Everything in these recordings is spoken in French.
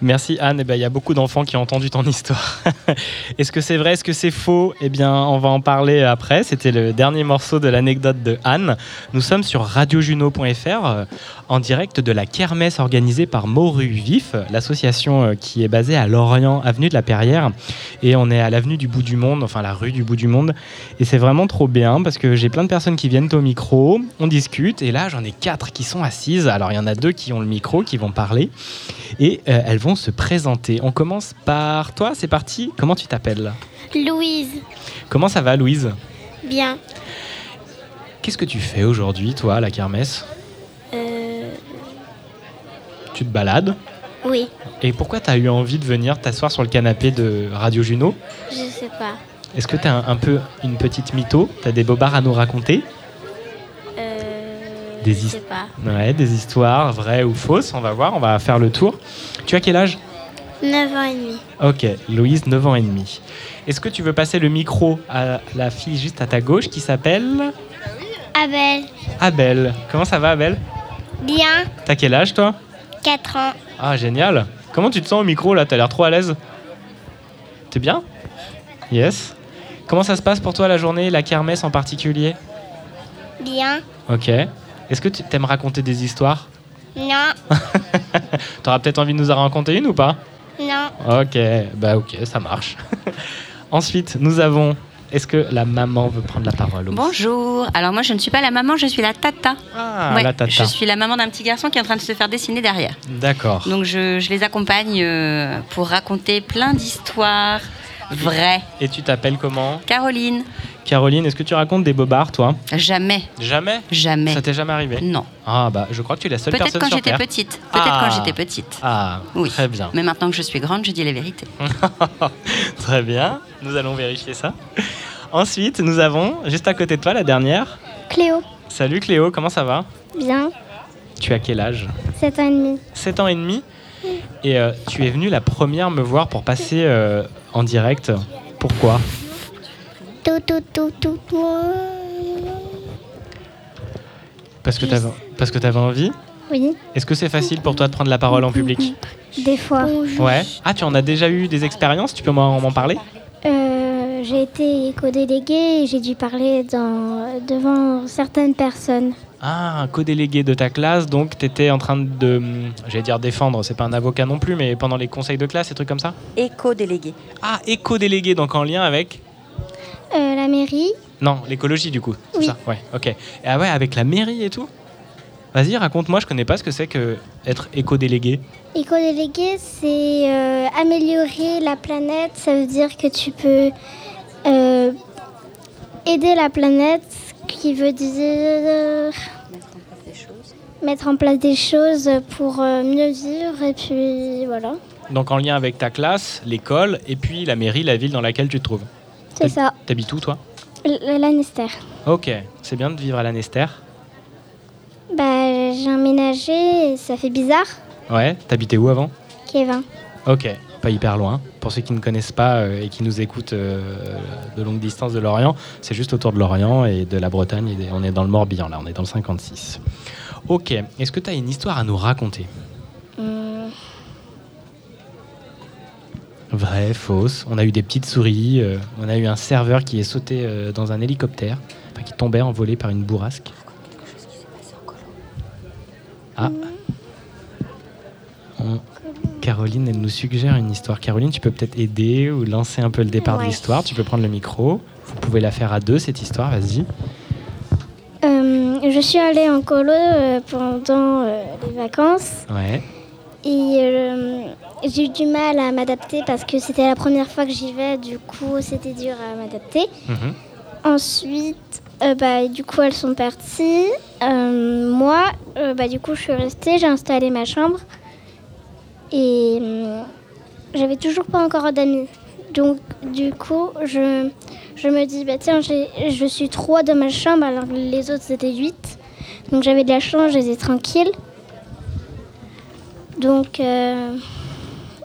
Merci Anne. Eh ben, Il y a beaucoup d'enfants qui ont entendu ton histoire. Est-ce que c'est vrai Est-ce que c'est faux Eh bien, on va en parler après. C'était le dernier morceau de l'anecdote de Anne. Nous sommes sur radiojuno.fr euh, en direct de la kermesse organisée par Morue Vif, l'association euh, qui est basée à Lorient, avenue de la Perrière. Et on est à l'avenue du bout du monde, enfin la rue du bout du monde. Et c'est vraiment trop bien parce que j'ai plein de personnes qui viennent au micro, on discute. Et là, j'en ai quatre qui sont assises. Alors, il y en a deux qui ont le micro, qui vont parler et euh, elles vont se présenter. On commence par toi, c'est parti. Comment tu t'appelles Louise, Comment ça va, Louise bien. Qu'est-ce que tu fais aujourd'hui, toi, à la kermesse Euh, Tu te balades oui, Et pourquoi tu as eu envie de venir t'asseoir sur le canapé de Radio Juno je sais pas. Est-ce que tu as un, un peu une petite mytho Tu as des bobards à nous raconter Euh, Des je his- sais pas. Ouais, des histoires vraies ou fausses, on va voir, on va faire le tour. Tu as quel âge 9 ans et demi. Ok, Louise, 9 ans et demi. Est-ce que tu veux passer le micro à la fille juste à ta gauche qui s'appelle Abel, Abel Comment ça va, Abel bien. T'as quel âge toi 4 ans, Ah génial Comment tu te sens au micro là T'as l'air trop à l'aise T'es bien Yes Comment ça se passe pour toi la journée, la kermesse en particulier bien. Ok. Est-ce que tu t'aimes raconter des histoires Non, T'auras peut-être envie de nous en raconter une ou pas non, Ok, bah ok, ça marche. Ensuite, nous avons... Est-ce que la maman veut prendre la parole Louis Bonjour. Alors moi je ne suis pas la maman, je suis la tata. Ah, Ouais, la tata. Je suis la maman d'un petit garçon qui est en train de se faire dessiner derrière. D'accord. Donc je, je les accompagne euh, pour raconter plein d'histoires vraies. Et tu t'appelles comment Caroline, Caroline, est-ce que tu racontes des bobards toi jamais, Jamais jamais. Ça t'est jamais arrivé Non. Ah bah je crois que tu es la seule Peut-être personne quand sur j'étais Terre. petite. Peut-être Ah. quand j'étais petite. Ah, Oui. très bien. Mais maintenant que je suis grande, je dis la vérité. très bien, nous allons vérifier ça. Ensuite, nous avons, juste à côté de toi, la dernière. Cléo, Salut Cléo, comment ça va bien. Tu as quel âge 7 ans et demi. 7 ans et demi. Et euh, tu es venue la première me voir pour passer euh, en direct. Pourquoi Tout, tout, tout, tout, Parce que t'avais parce que t'avais envie Oui, Est-ce que c'est facile pour toi de prendre la parole en public des fois. Ouais. Ah, tu en as déjà eu des expériences Tu peux m'en m'en parler Euh, j'ai été co-déléguée et j'ai dû parler dans, devant certaines personnes. Ah, un co-délégué de ta classe, donc t'étais en train de, hum, j'allais dire défendre, c'est pas un avocat non plus, mais pendant les conseils de classe, des trucs comme ça Éco-délégué. Ah, éco-délégué, donc en lien avec. Euh, la mairie, Non, l'écologie du coup. c'est Oui. Ça ouais, ok. Et ah ouais, avec la mairie et tout Vas-y, raconte-moi, je connais pas ce que c'est que être éco-délégué. Éco-délégué, c'est euh, améliorer la planète. Ça veut dire que tu peux euh, aider la planète, ce qui veut dire mettre en place des choses pour euh, mieux vivre. Et puis voilà, Donc en lien avec ta classe, l'école, et puis la mairie, la ville dans laquelle tu te trouves. c'est ça, T'habites où toi L- le Lannister. Ok, c'est bien de vivre à l'Anester. Bah, j'ai emménagé et ça fait bizarre, Ouais, t'habitais où avant Kevin. Ok, pas hyper loin. Pour ceux qui ne connaissent pas euh, et qui nous écoutent euh, de longue distance de l'Orient, c'est juste autour de l'Orient et de la Bretagne. et des- on est dans le Morbihan, là, on est dans le 56. Ok, est-ce que tu as une histoire à nous raconter Hum, Vraie, fausse. On a eu des petites souris, euh, on a eu un serveur qui est sauté euh, dans un hélicoptère, enfin qui tombait envolé par une bourrasque. Ah. On- Caroline, elle nous suggère une histoire. Caroline, tu peux peut-être aider ou lancer un peu le départ de Ouais. l'histoire. Tu peux prendre le micro. Vous pouvez la faire à deux, cette histoire, vas-y. hum, je suis allée en colo euh, pendant euh, les vacances. Ouais. Et euh, j'ai eu du mal à m'adapter parce que c'était la première fois que j'y vais, du coup c'était dur à m'adapter. Mhm. Ensuite, euh, bah, du coup elles sont parties. Euh, moi, euh, bah, du coup je suis restée, j'ai installé ma chambre et euh, j'avais toujours pas encore d'amis. Donc du coup je, je me dis, bah, tiens, j'ai- je suis trois dans ma chambre alors que les autres c'était huit. Donc j'avais de la chance, j'étais tranquille. Donc, euh,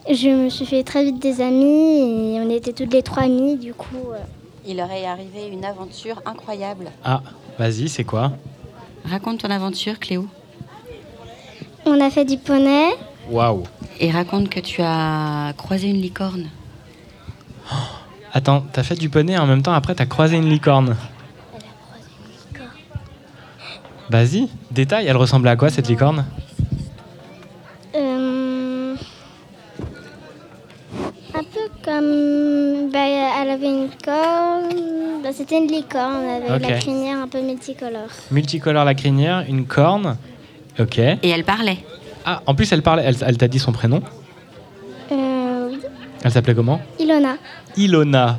je me suis fait très vite des amis et on était toutes les trois amies, du coup. euh, Il aurait arrivé une aventure incroyable. Ah, vas-y, c'est quoi Raconte ton aventure, Cléo. on a fait du poney, Waouh. et raconte que tu as croisé une licorne. Attends, t'as fait du poney et en même temps après t'as croisé une licorne. Vas-y, détail, elle ressemblait à quoi cette licorne Euh, un peu comme. Bah, elle avait une corne. bah, C'était une licorne avec la Ok. crinière un peu multicolore. Multicolore la crinière, une corne. Ok. Et elle parlait. Ah, en plus elle parlait, elle, elle t'a dit son prénom. Euh, oui. Elle s'appelait comment Ilona. Ilona.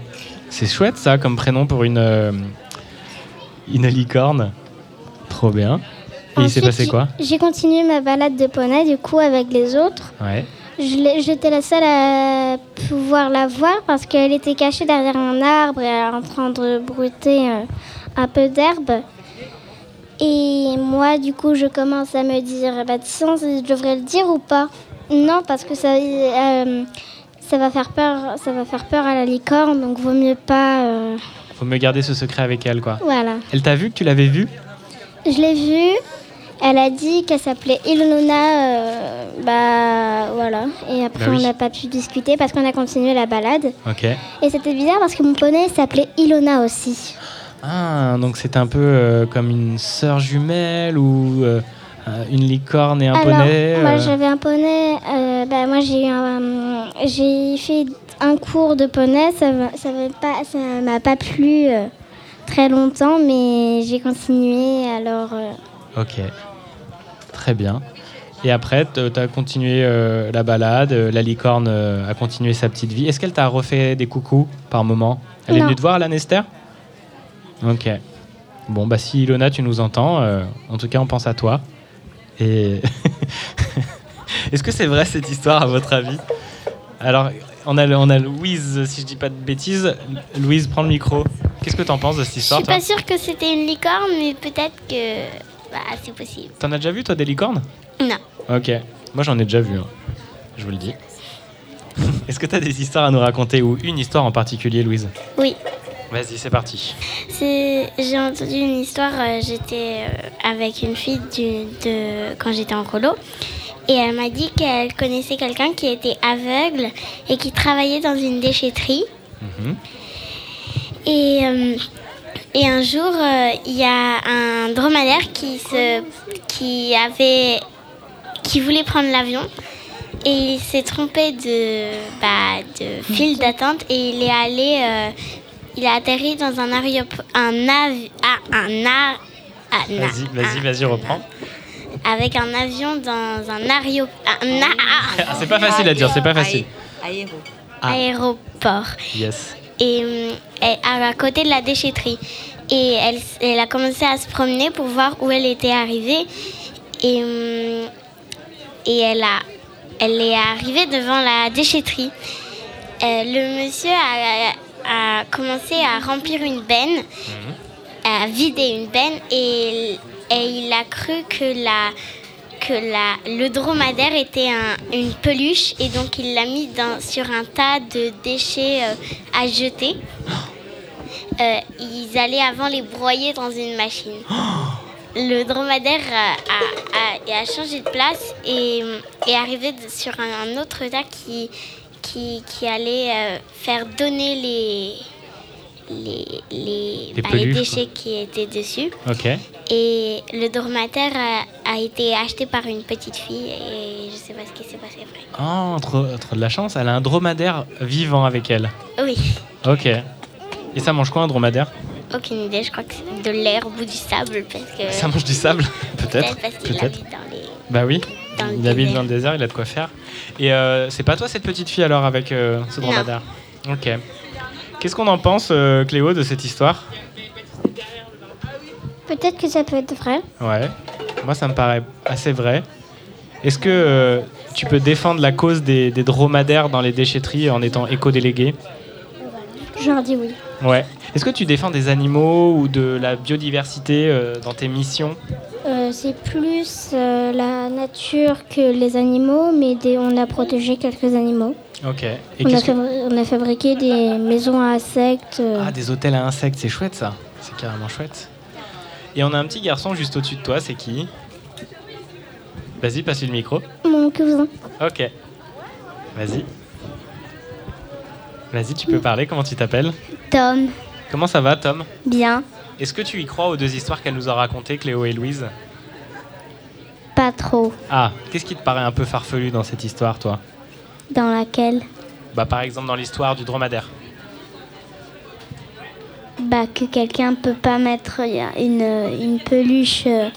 C'est chouette ça comme prénom pour une, euh, une licorne. Trop bien. Et il s'est Ensuite, passé j'ai- quoi J'ai continué ma balade de poney, du coup, avec les autres. Ouais. Je l'ai- J'étais la seule à pouvoir la voir parce qu'elle était cachée derrière un arbre et elle est en train de brouter euh, un peu d'herbe. Et moi, du coup, je commence à me dire, bah, tiens, je devrais le dire ou pas Non, parce que ça, euh, ça va faire peur, ça va faire peur à la licorne, donc vaut mieux pas. euh, Faut me garder ce secret avec elle quoi. voilà. Elle t'a vu que tu l'avais vue Je l'ai vue. Elle a dit qu'elle s'appelait Ilona. euh, bah voilà. Et après, Bah oui. on n'a pas pu discuter parce qu'on a continué la balade. Ok. Et c'était bizarre parce que mon poney s'appelait Ilona aussi. Ah, donc c'est un peu euh, comme une sœur jumelle ou euh, euh, une licorne et un Alors, poney. moi euh. j'avais un poney. euh, bah, moi j'ai eu un- j'ai fait un cours de poney. Ça m'a- ça m'a pas, ça m'a pas plu euh, très longtemps, mais j'ai continué. Alors euh, Ok. Très bien. Et après, t- t'as continué euh, la balade, euh, la licorne euh, a continué sa petite vie. Est-ce qu'elle t'a refait des coucous par moment Elle est Non. venue te voir, la Nester Ok. Bon, bah si Ilona, tu nous entends, euh, en tout cas, on pense à toi. Et. Est-ce que c'est vrai cette histoire, à votre avis Alors, on a, le- on a Louise, si je dis pas de bêtises. Louise, prends le micro. Qu'est-ce que t'en penses de cette Je histoire suis toi pas sûre que c'était une licorne, mais peut-être que bah, c'est possible. T'en as déjà vu, toi, des licornes Non. Ok. Moi, j'en ai déjà vu. hein. Je vous le dis. Est-ce que tu as des histoires à nous raconter ou une histoire en particulier, Louise Oui. Vas-y, c'est parti. C'est- J'ai entendu une histoire. euh, j'étais euh, avec une fille du- de quand j'étais en colo, et elle m'a dit qu'elle connaissait quelqu'un qui était aveugle et qui travaillait dans une déchetterie. Mhm. Et euh, et un jour, euh, il y a un dromadaire qui se qui avait qui voulait prendre l'avion. Et il s'est trompé de, bah, de fil d'attente et il est allé, euh, il a atterri dans un aéroport, un avi- ah, un a- ah, na- Vas-y, vas-y, ah, vas-y, reprends. avec un avion dans un, aéro- ah, un a- Ah, c'est pas facile à dire, c'est pas facile. Aéro. Ah. aéroport Yes. et euh, elle- à côté de la déchetterie. Et elle, s- elle a commencé à se promener pour voir où elle était arrivée. Et, euh, et elle, a, elle est arrivée devant la déchetterie. Euh, le monsieur a, a commencé à remplir une benne, à vider une benne, et, et il a cru que la que la, le dromadaire était un- une peluche et donc il l'a mis dans- sur un tas de déchets euh, à jeter. Euh, ils allaient avant les broyer dans une machine. Le dromadaire euh, a, a- a- a changé de place et euh, est arrivé de- sur un, un autre tas qui, qui, qui allait euh, faire donner les, les, les- Les bah, peluches, quoi. déchets qui étaient dessus. Ok. Et le dormataire a, a été acheté par une petite fille et je sais pas ce qui s'est passé après. Oh, trop, trop de la chance. Elle a un dromadaire vivant avec elle. Oui, Ok. Et ça mange quoi un dromadaire aucune idée, je crois que c'est de l'herbe ou du sable parce que. Ça mange du sable Peut-être. Peut-être parce qu'il Peut-être. habite dans les. Bah oui. Dans le il habite désert. dans le désert, il a de quoi faire. Et euh, c'est pas toi cette petite fille alors avec euh, ce Non. dromadaire Ok. Qu'est-ce qu'on en pense, euh, Cléo, de cette histoire peut-être que ça peut être vrai. Ouais. Moi, ça me paraît assez vrai. Est-ce que euh, tu peux défendre la cause des, des dromadaires dans les déchetteries en étant éco-délégué Je leur dis oui. Ouais. Est-ce que tu défends des animaux ou de la biodiversité euh, dans tes missions Euh, c'est plus euh, la nature que les animaux, mais des- on a protégé quelques animaux. Ok. Et On a, qu'est-ce que... fabri- on a fabriqué des maisons à insectes. euh, Ah, des hôtels à insectes, c'est chouette ça. C'est carrément chouette. Et on a un petit garçon juste au-dessus de toi, c'est qui Vas-y, passe-lui le micro. Mon cousin. Ok. Vas-y. Vas-y, tu peux parler. Comment tu t'appelles Tom, Comment ça va, Tom bien. Est-ce que tu y crois aux deux histoires qu'elle nous a racontées, Cléo et Louise Pas trop. Ah, qu'est-ce qui te paraît un peu farfelu dans cette histoire, toi Dans laquelle Bah, par exemple, dans l'histoire du dromadaire. bah, que quelqu'un peut pas mettre euh, une, une peluche euh,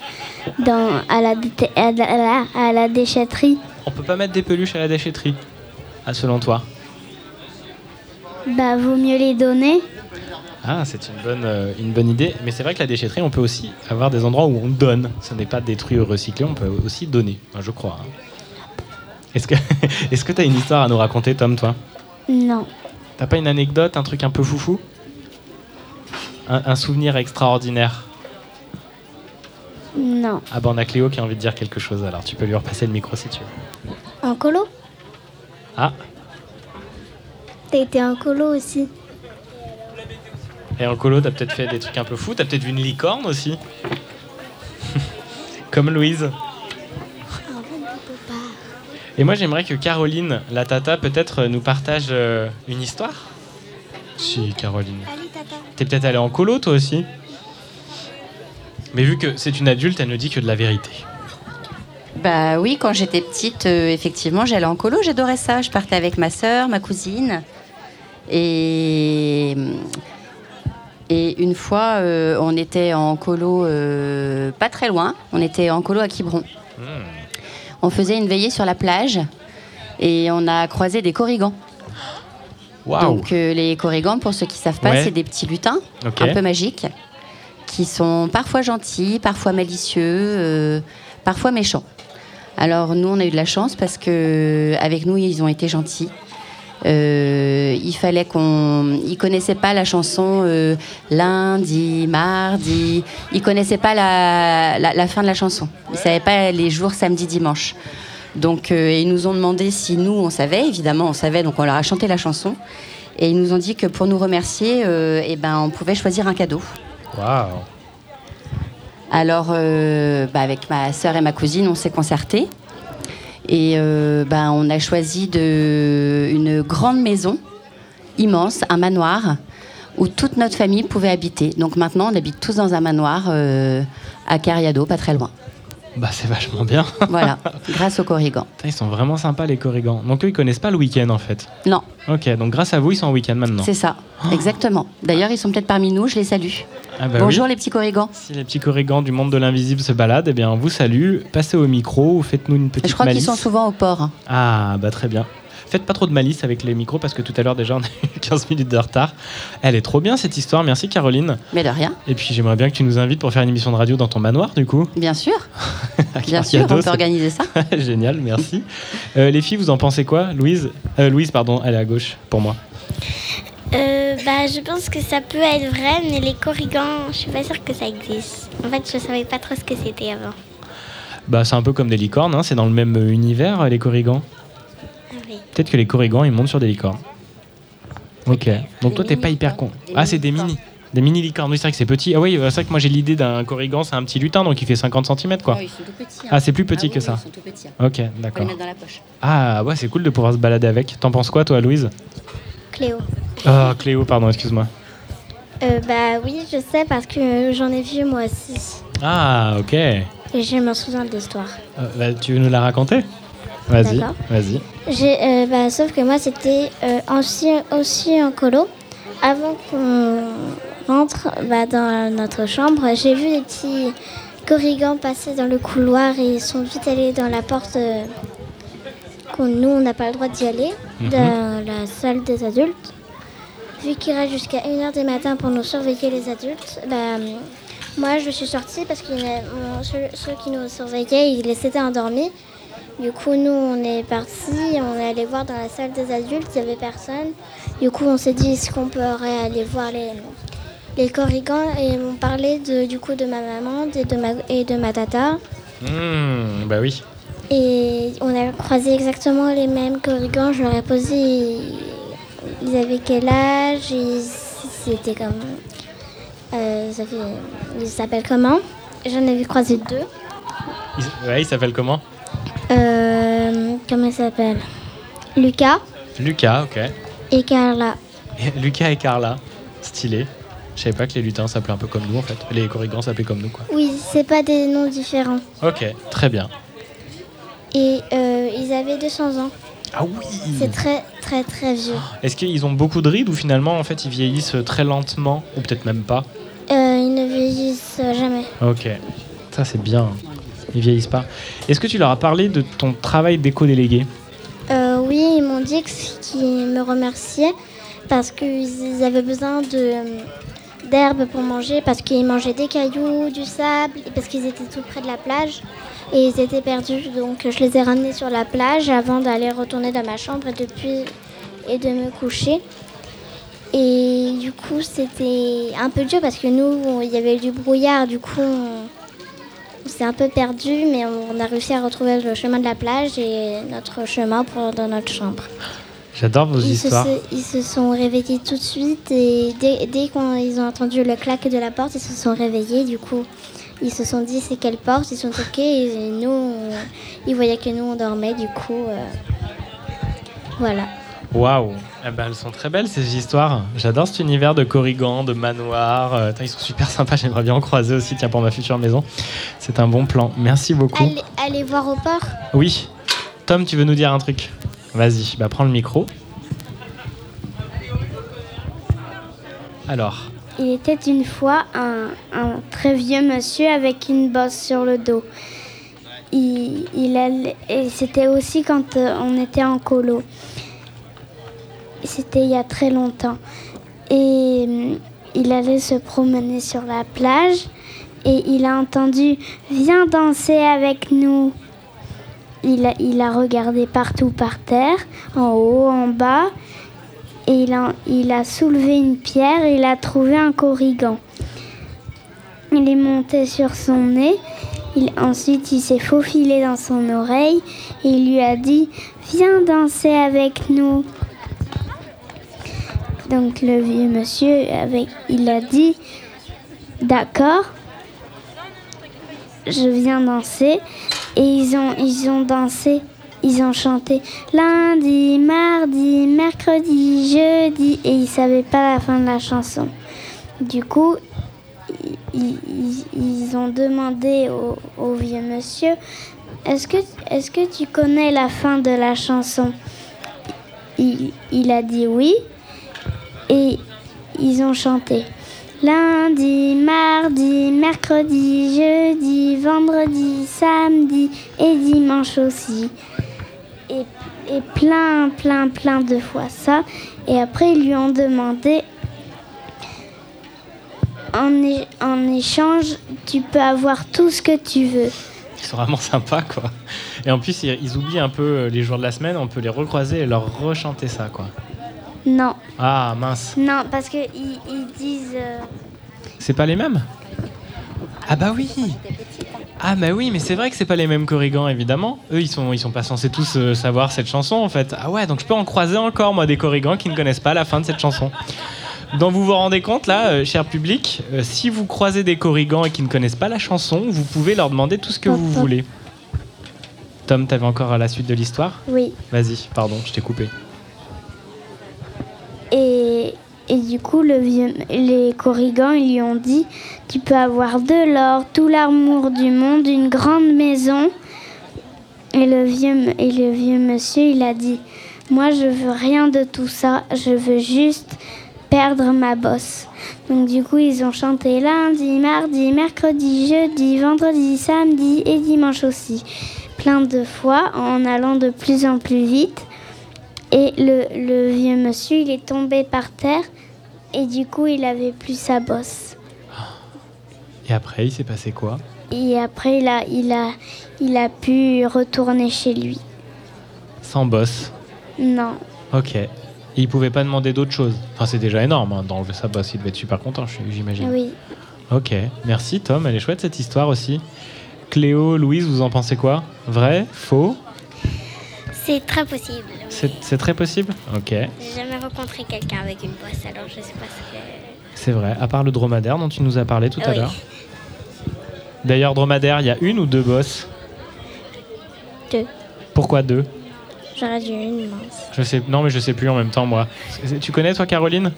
dans, à, la, déte- à, la- à la, à la déchetterie. On peut pas mettre des peluches à la déchetterie Ah, selon toi Bah, vaut mieux les donner. Ah, c'est une bonne, euh, une bonne idée. Mais c'est vrai que la déchetterie, on peut aussi avoir des endroits où on donne. Ce n'est pas détruit ou recyclé, on peut aussi donner, Enfin, je crois. hein. Est-ce que est-ce que t'as une histoire à nous raconter, Tom, toi Non. T'as pas une anecdote, un truc un peu foufou un, un souvenir extraordinaire Non. Ah bah on a Cléo qui a envie de dire quelque chose, alors tu peux lui repasser le micro si tu veux. En colo Ah, T'as été en colo aussi et en colo, t'as peut-être fait des trucs un peu fous, t'as peut-être vu une licorne aussi Comme Louise. Bah, Et moi j'aimerais que Caroline, la tata, peut-être euh, nous partage euh, une histoire Si, Caroline. Allez, tata. T'es peut-être allée en colo toi aussi Mais vu que c'est une adulte, elle ne dit que de la vérité. Bah oui, quand j'étais petite, euh, effectivement, j'allais en colo, j'adorais ça. Je partais avec ma sœur, ma cousine. Et, et une fois, euh, on était en colo euh, pas très loin. On était en colo à Quiberon. Hmm. On faisait une veillée sur la plage et on a croisé des corrigans. Waouh Donc euh, les corrigans, pour ceux qui savent pas, Ah, Ouais. c'est des petits lutins Ok. un peu magiques qui sont parfois gentils, parfois malicieux, euh, parfois méchants. Alors nous, on a eu de la chance parce que avec nous, ils ont été gentils. Euh, il fallait qu'on. Ils connaissaient pas la chanson euh, lundi, mardi. Ils connaissaient pas la, la, la fin de la chanson. Ils savaient pas les jours samedi, dimanche. Donc euh, ils nous ont demandé si nous on savait. Évidemment, on savait, donc on leur a chanté la chanson. Et ils nous ont dit que pour nous remercier, euh, eh ben on pouvait choisir un cadeau. Waouh Alors, euh, bah, avec ma sœur et ma cousine, on s'est concerté. Et euh, bah, on a choisi de, une grande maison, immense, un manoir, où toute notre famille pouvait habiter. Donc maintenant, on habite tous dans un manoir euh, à Cariado, pas très loin. Bah c'est vachement bien. Voilà, grâce au Corrigan. Putain, ils sont vraiment sympas les corrigans. Donc eux ils connaissent pas le week-end en fait. Non, Ok, donc grâce à vous ils sont en week-end maintenant. c'est ça, exactement. D'ailleurs, ils sont peut-être parmi nous, je les salue. Ah bah oui. Bonjour les petits Corrigans. Si les petits corrigans du monde de l'invisible se baladent, eh bien on vous salue. Passez au micro ou faites-nous une petite Je crois qu'ils malice. sont souvent au port. hein. Ah bah très bien. Faites pas trop de malice avec les micros parce que tout à l'heure déjà on a eu 15 minutes de retard. Elle est trop bien cette histoire, merci Caroline. Mais de rien, Et puis j'aimerais bien que tu nous invites pour faire une émission de radio dans ton manoir du coup. bien sûr, Ah, À bien sûr, Carcado, on peut c'est- organiser ça. Génial, merci. Euh, les filles, vous en pensez quoi Louise Euh, Louise, pardon, elle est à gauche pour moi. Euh, bah, je pense que ça peut être vrai, mais les corrigans, je suis pas sûre que ça existe. En fait, je savais pas trop ce que c'était avant. Bah, c'est un peu comme des licornes, hein, c'est dans le même euh, univers, euh, les corrigans. Ah oui. Peut-être que les corrigans, ils montent sur des licornes. Ok, donc toi, t'es pas hyper con. Des Ah, c'est des mini-licornes. mini. Des mini licornes, oui, c'est vrai que c'est petit. Ah oui, euh, c'est vrai que moi j'ai l'idée d'un corrigan, c'est un petit lutin, donc il fait 50 cm quoi. ils sont tout petits. hein. Ah, c'est plus petit que ça. Ok, d'accord. dans la poche. Ah, ouais, c'est cool de pouvoir se balader avec. T'en penses quoi, toi, Louise Cléo. Ah, Cléo, pardon, excuse-moi. Euh, bah oui, je sais parce que euh, j'en ai vu moi aussi. Ah, ok. Euh, Et je m'en souviens de l'histoire. bah, tu veux nous la raconter Vas-y, D'accord. vas-y. J'ai, euh, bah, sauf que moi, c'était euh, aussi, aussi en colo. Avant qu'on rentre bah, dans notre chambre, j'ai vu les petits corrigans passer dans le couloir et ils sont vite allés dans la porte euh, qu'on nous, on n'a pas le droit d'y aller, Mhm. dans la salle des adultes. Vu qu'il reste jusqu'à 1h du matin pour nous surveiller les adultes, bah, moi je suis sortie parce que ceux, ceux qui nous surveillaient, ils s'étaient endormis. Du coup, nous, on est partis, on est allé voir dans la salle des adultes, il n'y avait personne. Du coup, on s'est dit, est-ce qu'on pourrait aller voir les, les corrigans Et on parlait de, du coup de ma maman et de ma, et de ma tata. Hmm, bah oui. Et on a croisé exactement les mêmes corrigans. Je leur ai posé, ils avaient quel âge, ils c'était comme... euh, ça fait- ils s'appellent comment J'en avais croisé deux. Il, ouais, il s'appelle comment Euh, comment ils s'appellent Lucas Lucas, ok. et Carla. Et Lucas et Carla, stylé. Je savais pas que les lutins s'appelaient un peu comme nous en fait. Les corrigans s'appelaient comme nous quoi. Oui, c'est pas des noms différents. Ok, très bien. Et euh, ils avaient 200 ans. Ah oui C'est très, très, très vieux. Est-ce qu'ils ont beaucoup de rides ou finalement en fait ils vieillissent très lentement ou peut-être même pas Euh, ils ne vieillissent jamais. Ok, ça c'est bien. Ils vieillissent pas. Est-ce que tu leur as parlé de ton travail d'éco-délégué Euh, oui, ils m'ont dit que- qu'ils me remerciaient parce qu'ils avaient besoin de d'herbes pour manger, parce qu'ils mangeaient des cailloux, du sable, et parce qu'ils étaient tout près de la plage et ils étaient perdus. Donc je les ai ramenés sur la plage avant d'aller retourner dans ma chambre et, depuis, et de me coucher. Et du coup, c'était un peu dur parce que nous, on- il y avait du brouillard, du coup, on, on s'est un peu perdu, mais on a réussi à retrouver le chemin de la plage et notre chemin pour dans notre chambre. J'adore vos Ils se, histoires. ils se sont réveillés tout de suite et dès, dès qu'ils ont entendu le claque de la porte, ils se sont réveillés. Du coup, ils se sont dit c'est quelle porte, ils sont toqués et nous, on- ils voyaient que nous on dormait. Du coup, euh, voilà. Waouh Eh ben, Elles sont très belles ces histoires. J'adore cet univers de corrigans, de manoirs. Euh, tain, ils sont super sympas, j'aimerais bien en croiser aussi tiens, pour ma future maison. C'est un bon plan. Merci beaucoup. Allez, allez voir au port. Oui. Tom, tu veux nous dire un truc Vas-y, bah prends le micro. Alors, Il était une fois un, un très vieux monsieur avec une bosse sur le dos. Il, il allait- et c'était aussi quand euh, on était en colo. C'était il y a très longtemps. Et hum, il allait se promener sur la plage et il a entendu Viens danser avec nous. Il a, il a regardé partout par terre, en haut, en bas. Et il a, il a soulevé une pierre et il a trouvé un corrigan. Il est monté sur son nez. Il, ensuite, il s'est faufilé dans son oreille et il lui a dit Viens danser avec nous. Donc, le vieux monsieur, avec, il a dit D'accord, je viens danser. Et ils ont, ils ont dansé, ils ont chanté lundi, mardi, mercredi, jeudi, et ils savaient pas la fin de la chanson. Du coup, i- i- i- ils ont demandé au, au vieux monsieur, est-ce que, est que tu connais la fin de la chanson il, il a dit oui, et ils ont chanté. Lundi, mardi, mercredi, jeudi, vendredi, samedi et dimanche aussi. Et, et plein, plein, plein de fois ça. Et après, ils lui ont demandé en, é- en échange, tu peux avoir tout ce que tu veux. ils sont vraiment sympas, quoi. Et en plus, ils, ils oublient un peu euh, les jours de la semaine, on peut les recroiser et leur rechanter ça, quoi. Non, Ah, mince. non, parce qu'ils ils disent. euh, C'est pas les mêmes Ah bah oui Ah bah oui, mais c'est vrai que c'est pas les mêmes corrigans, évidemment. Eux, ils sont, ils sont pas censés tous euh, savoir cette chanson, en fait. Ah ouais, donc je peux en croiser encore, moi, des corrigans qui ne connaissent pas la fin de cette chanson. Donc vous vous rendez compte, là, euh, cher public, euh, si vous croisez des corrigans et qui ne connaissent pas la chanson, vous pouvez leur demander tout ce que vous voulez. Tom, t'avais encore euh, la suite de l'histoire oui. Vas-y, pardon, je t'ai coupé. Et, et du coup, le vieux- les Corrigans ils lui ont dit Tu peux avoir de l'or, tout l'amour du monde, une grande maison. Et le, vieux, et le vieux monsieur, il a dit Moi, je veux rien de tout ça, je veux juste perdre ma bosse. Donc, du coup, ils ont chanté lundi, mardi, mercredi, jeudi, vendredi, samedi et dimanche aussi. Plein de fois en allant de plus en plus vite. Et le, le vieux monsieur, il est tombé par terre et du coup, il avait plus sa bosse. Et après, il s'est passé quoi Et après, il a, il a, il a pu retourner chez lui. Sans boss. Non, Ok. Et il pouvait pas demander d'autre chose. Enfin, c'est déjà énorme hein, d'enlever ça. Bah, il devait être super content, je- j'imagine. Ah oui. Ok. Merci, Tom. Elle est chouette cette histoire aussi. Cléo, Louise, vous en pensez quoi Vrai Faux C'est très possible. C'est c'est très possible Ok. J'ai jamais rencontré quelqu'un avec une bosse, alors je sais pas ce que. C'est vrai. À part le dromadaire dont tu nous as parlé tout à Ah Oui. l'heure. D'ailleurs, dromadaire, il y a une ou deux bosses Deux. Pourquoi deux Je J'aurais dû une mince. Je sais, non, mais je sais plus en même temps, moi. Tu connais, toi, Caroline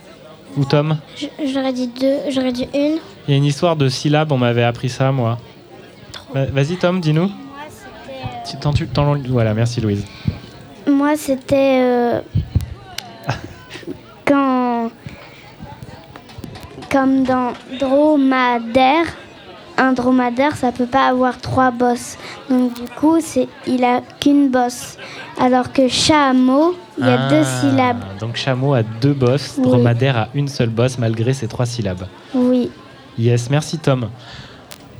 Ou Tom Je- J'aurais dit deux, j'aurais dit une. Il y a une histoire de syllabes, on m'avait appris ça, moi. Va- Vas-y, Tom, dis-nous. Tu- t'en- tu- t'en- Voilà, merci, Louise. Moi, c'était euh, quand, comme dans dromadaire, un dromadaire, ça peut pas avoir trois bosses. Donc du coup, c'est il a qu'une bosse, alors que chameau, il y a deux Ah, syllabes. Donc, chameau a deux bosses, Oui. dromadaire a une seule bosse, malgré ses trois syllabes. Oui. Yes, merci Tom.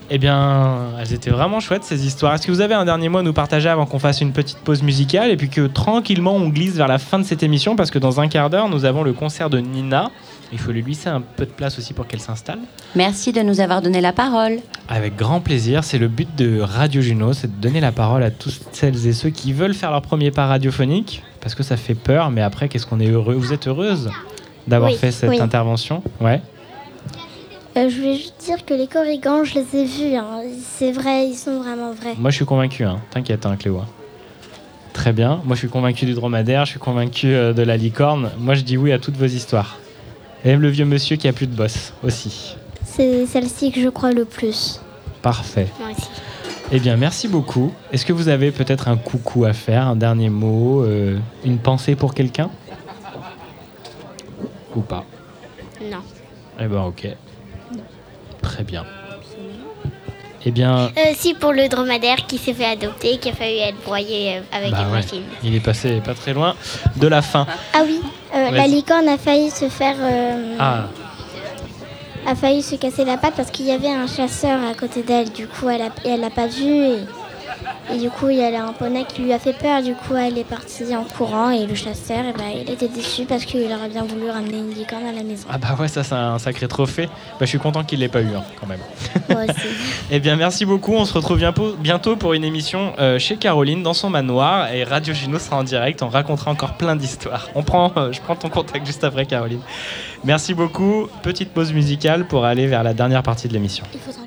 Eh bien, elles étaient vraiment chouettes ces histoires. Est-ce que vous avez un dernier mot à nous partager avant qu'on fasse une petite pause musicale et puis que tranquillement on glisse vers la fin de cette émission parce que dans un quart d'heure nous avons le concert de Nina. Il faut lui laisser un peu de place aussi pour qu'elle s'installe. Merci de nous avoir donné la parole. Avec grand plaisir, c'est le but de Radio Juno, c'est de donner la parole à toutes celles et ceux qui veulent faire leur premier pas radiophonique parce que ça fait peur, mais après qu'est-ce qu'on est heureux. Vous êtes heureuse d'avoir Oui, fait cette oui. intervention Ouais. Euh, je voulais juste dire que les corrigans, je les ai vus. hein. C'est vrai, ils sont vraiment vrais. Moi, je suis convaincu. Hein. T'inquiète, hein, Cléo. hein. Très bien. Moi, je suis convaincu du dromadaire. Je suis convaincu euh, de la licorne. Moi, je dis oui à toutes vos histoires. Et même le vieux monsieur qui a plus de boss aussi. C'est celle-ci que je crois le plus. Parfait. Moi aussi. Eh bien, merci beaucoup. Est-ce que vous avez peut-être un coucou à faire, un dernier mot, euh, une pensée pour quelqu'un Ou pas Non. Eh ben, ok. Très bien. Eh bien, Euh, si pour le dromadaire qui s'est fait adopter, qui a failli être broyé euh, avec bah une ouais, machine. il est passé pas très loin de la fin. Ah oui, euh, la Vas-y. licorne a failli se faire. euh, Ah, a failli se casser la patte parce qu'il y avait un chasseur à côté d'elle. Du coup, elle a, elle l'a pas vu et, et du coup, il y a un poney qui lui a fait peur. Du coup, elle est partie en courant et le chasseur, eh ben, il était déçu parce qu'il aurait bien voulu ramener une licorne à la maison. Ah bah ouais, ça c'est un sacré trophée. Bah, je suis content qu'il l'ait pas eu hein, quand même. Moi aussi. Eh bien merci beaucoup, on se retrouve bientôt- bientôt pour une émission euh, chez Caroline dans son manoir et Radio Juno sera en direct, on racontera encore plein d'histoires. On prend, euh, je prends ton contact juste après Caroline. Merci beaucoup, petite pause musicale pour aller vers la dernière partie de l'émission. Il faudra